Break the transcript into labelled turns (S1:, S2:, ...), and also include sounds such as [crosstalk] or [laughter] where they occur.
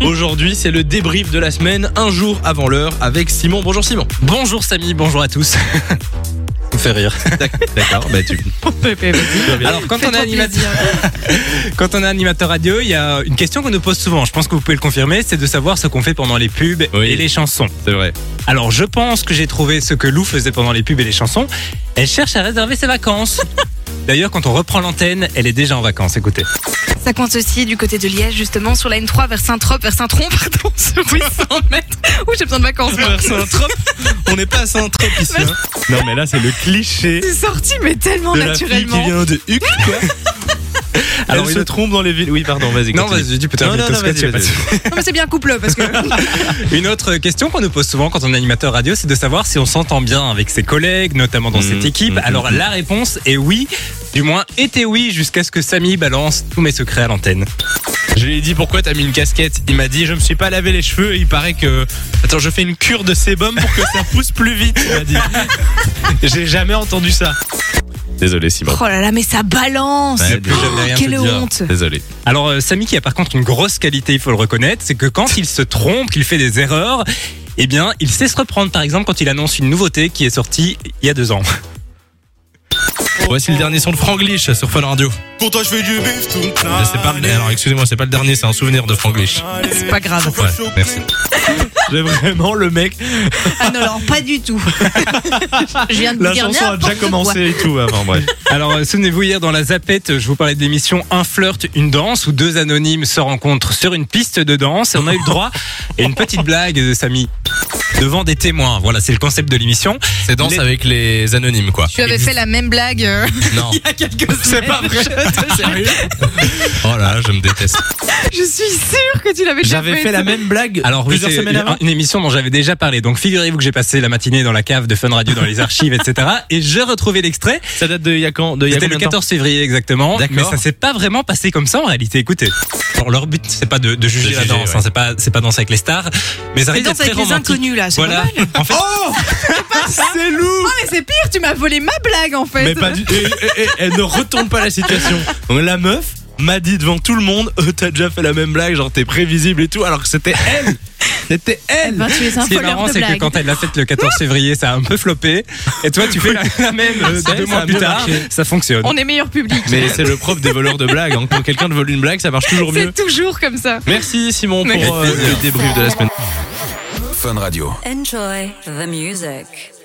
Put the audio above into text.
S1: Aujourd'hui, c'est le débrief de la semaine, un jour avant l'heure, avec Simon. Bonjour Simon.
S2: Bonjour Samy, bonjour
S1: [laughs]
S2: à tous. Ça me fait rire.
S1: D'accord, bah tu.
S2: Alors quand on, est animateur, [laughs] quand on est animateur radio, il y a une question qu'on nous pose souvent, je pense que vous pouvez le confirmer, c'est de savoir ce qu'on fait pendant les pubs
S1: Oui.
S2: et les chansons.
S1: C'est vrai.
S2: Alors je pense que j'ai trouvé ce que Lou faisait pendant les pubs et les chansons. Elle cherche à réserver ses vacances. D'ailleurs, quand on reprend l'antenne, elle est déjà en
S1: [laughs]
S2: vacances, écoutez.
S3: Ça compte aussi du côté de Liège, justement, sur la N3 vers Saint-Tropez, vers Saint-Tron, [laughs] pardon, sur 800 mètres. Où j'ai besoin de vacances, moi.
S1: On n'est pas à Saint-Trope ici. hein. Non, mais là, c'est le cliché
S3: C'est sorti, mais tellement
S1: de la fille qui
S3: naturellement.
S1: vient de Huc, quoi. [laughs] Alors,
S2: Elle
S1: il
S2: se
S1: se trompe dans les villes. Oui, pardon, vas-y.
S2: Non, vas-y, tu peux
S1: Non,
S2: terminer
S1: non,
S2: ton
S1: non,
S2: sketch,
S1: vas-y,
S2: y a pas de
S1: vas-y.
S2: souci.
S3: Non, mais c'est bien coupleux,
S1: [laughs]
S3: parce que oh
S2: Une autre question qu'on nous pose souvent quand on est animateur radio, c'est de savoir si on s'entend bien avec ses collègues, notamment dans
S1: Mmh,
S2: cette équipe.
S1: mmh,
S2: Alors la réponse est oui, du moins était oui, jusqu'à ce que Samy balance tous mes secrets à l'antenne.
S1: Je lui ai dit pourquoi t'as mis une casquette. Il m'a dit je me suis pas lavé les cheveux. Et il paraît que attends je fais une cure de sébum pour que [laughs] ça pousse plus vite. Il m'a [laughs] dit. J'ai jamais entendu ça. Désolé Simon.
S3: Oh là là, mais ça balance.
S2: Eh
S1: Ouais, désolé,
S3: Oh,
S2: rien te
S3: quelle
S2: dire.
S3: honte.
S1: Désolé.
S2: Alors euh, Samy qui a par contre une grosse qualité, il faut le reconnaître, c'est que quand il se trompe, qu'il fait des erreurs, eh bien il sait se reprendre par exemple quand il annonce une nouveauté qui est sortie il y a deux ans.
S1: Voici le dernier son de Franglish sur Fun Radio.
S4: Pour toi, je fais du bif tout
S1: Mais C'est pas le- alors excusez-moi c'est pas le dernier c'est un souvenir de Franglish.
S3: C'est pas grave.
S1: Ouais, merci. J'ai vraiment le mec.
S3: Ah non, alors pas du tout. [laughs] Je viens de
S1: La
S3: dire
S1: chanson a déjà
S3: n'importe quoi.
S1: commencé et tout. Avant, bref.
S3: [laughs]
S2: Alors, euh, souvenez-vous, hier dans la Zapette, je vous parlais de l'émission Un flirt, une danse, où deux anonymes se rencontrent sur une piste de danse. Et on a eu le droit à une petite blague de Samy. Devant des témoins. Voilà, c'est le concept de l'émission.
S1: C'est danse
S2: Les-
S1: avec les anonymes quoi.
S3: Tu avais fait la même
S1: [laughs]
S3: blague euh,
S1: Non.
S3: il y a quelques semaines. [laughs] C'est pas vrai.
S1: Sérieux Oh là, je me déteste.
S3: Je suis sûre que tu l'avais déjà fait.
S1: même blague
S2: Alors, oui, c'est une, une émission dont j'avais déjà parlé. Donc, figurez-vous que j'ai passé la matinée dans la cave de Fun Radio, dans les archives, etc. Et j'ai retrouvé l'extrait.
S1: Ça date de il y a quand De il y a
S2: C'était le
S1: combien de temps
S2: 14 février exactement.
S1: D'accord.
S2: Mais ça s'est pas vraiment passé comme ça en réalité. Écoutez. Alors, leur but, c'est pas de, de juger
S1: De
S2: la
S1: juger,
S2: danse.
S1: ouais.
S2: hein. c'est pas, c'est pas danser avec les stars. Mais ça
S3: C'est
S2: risque d'être
S3: danse
S2: très
S3: avec les
S2: romantique.
S3: inconnus, là. c'est
S2: Voilà.
S3: pas mal.
S2: En fait,
S1: Oh [laughs] C'est lourd
S3: Oh, mais c'est pire, tu m'as volé ma blague, en fait.
S1: Mais pas du- et- et- et- elle ne retourne pas la situation. Donc, la meuf m'a dit devant tout le monde Euh, T'as déjà fait la même blague, genre t'es prévisible et tout, alors que c'était elle C'était
S3: Eh
S1: elle
S3: ben, tu es un
S2: Ce qui est
S3: voleur
S2: marrant,
S3: de
S2: c'est que
S3: blagues.
S2: quand elle l'a faite le 14 février, ça a un peu floppé. Et toi, tu fais la, la même euh,
S1: Ça,
S2: deux
S1: ça
S2: mois
S1: a
S2: plus
S1: bien
S2: tard.
S1: marché.
S2: Ça fonctionne.
S3: On est meilleur public.
S1: Mais c'est le propre des voleurs de blagues. hein. Quand quelqu'un te vole une blague, ça marche toujours mieux.
S3: C'est toujours comme ça.
S1: Merci Simon pour
S2: Merci.
S1: euh, le débrief de la semaine.
S4: Fun Radio.
S5: Enjoy the music.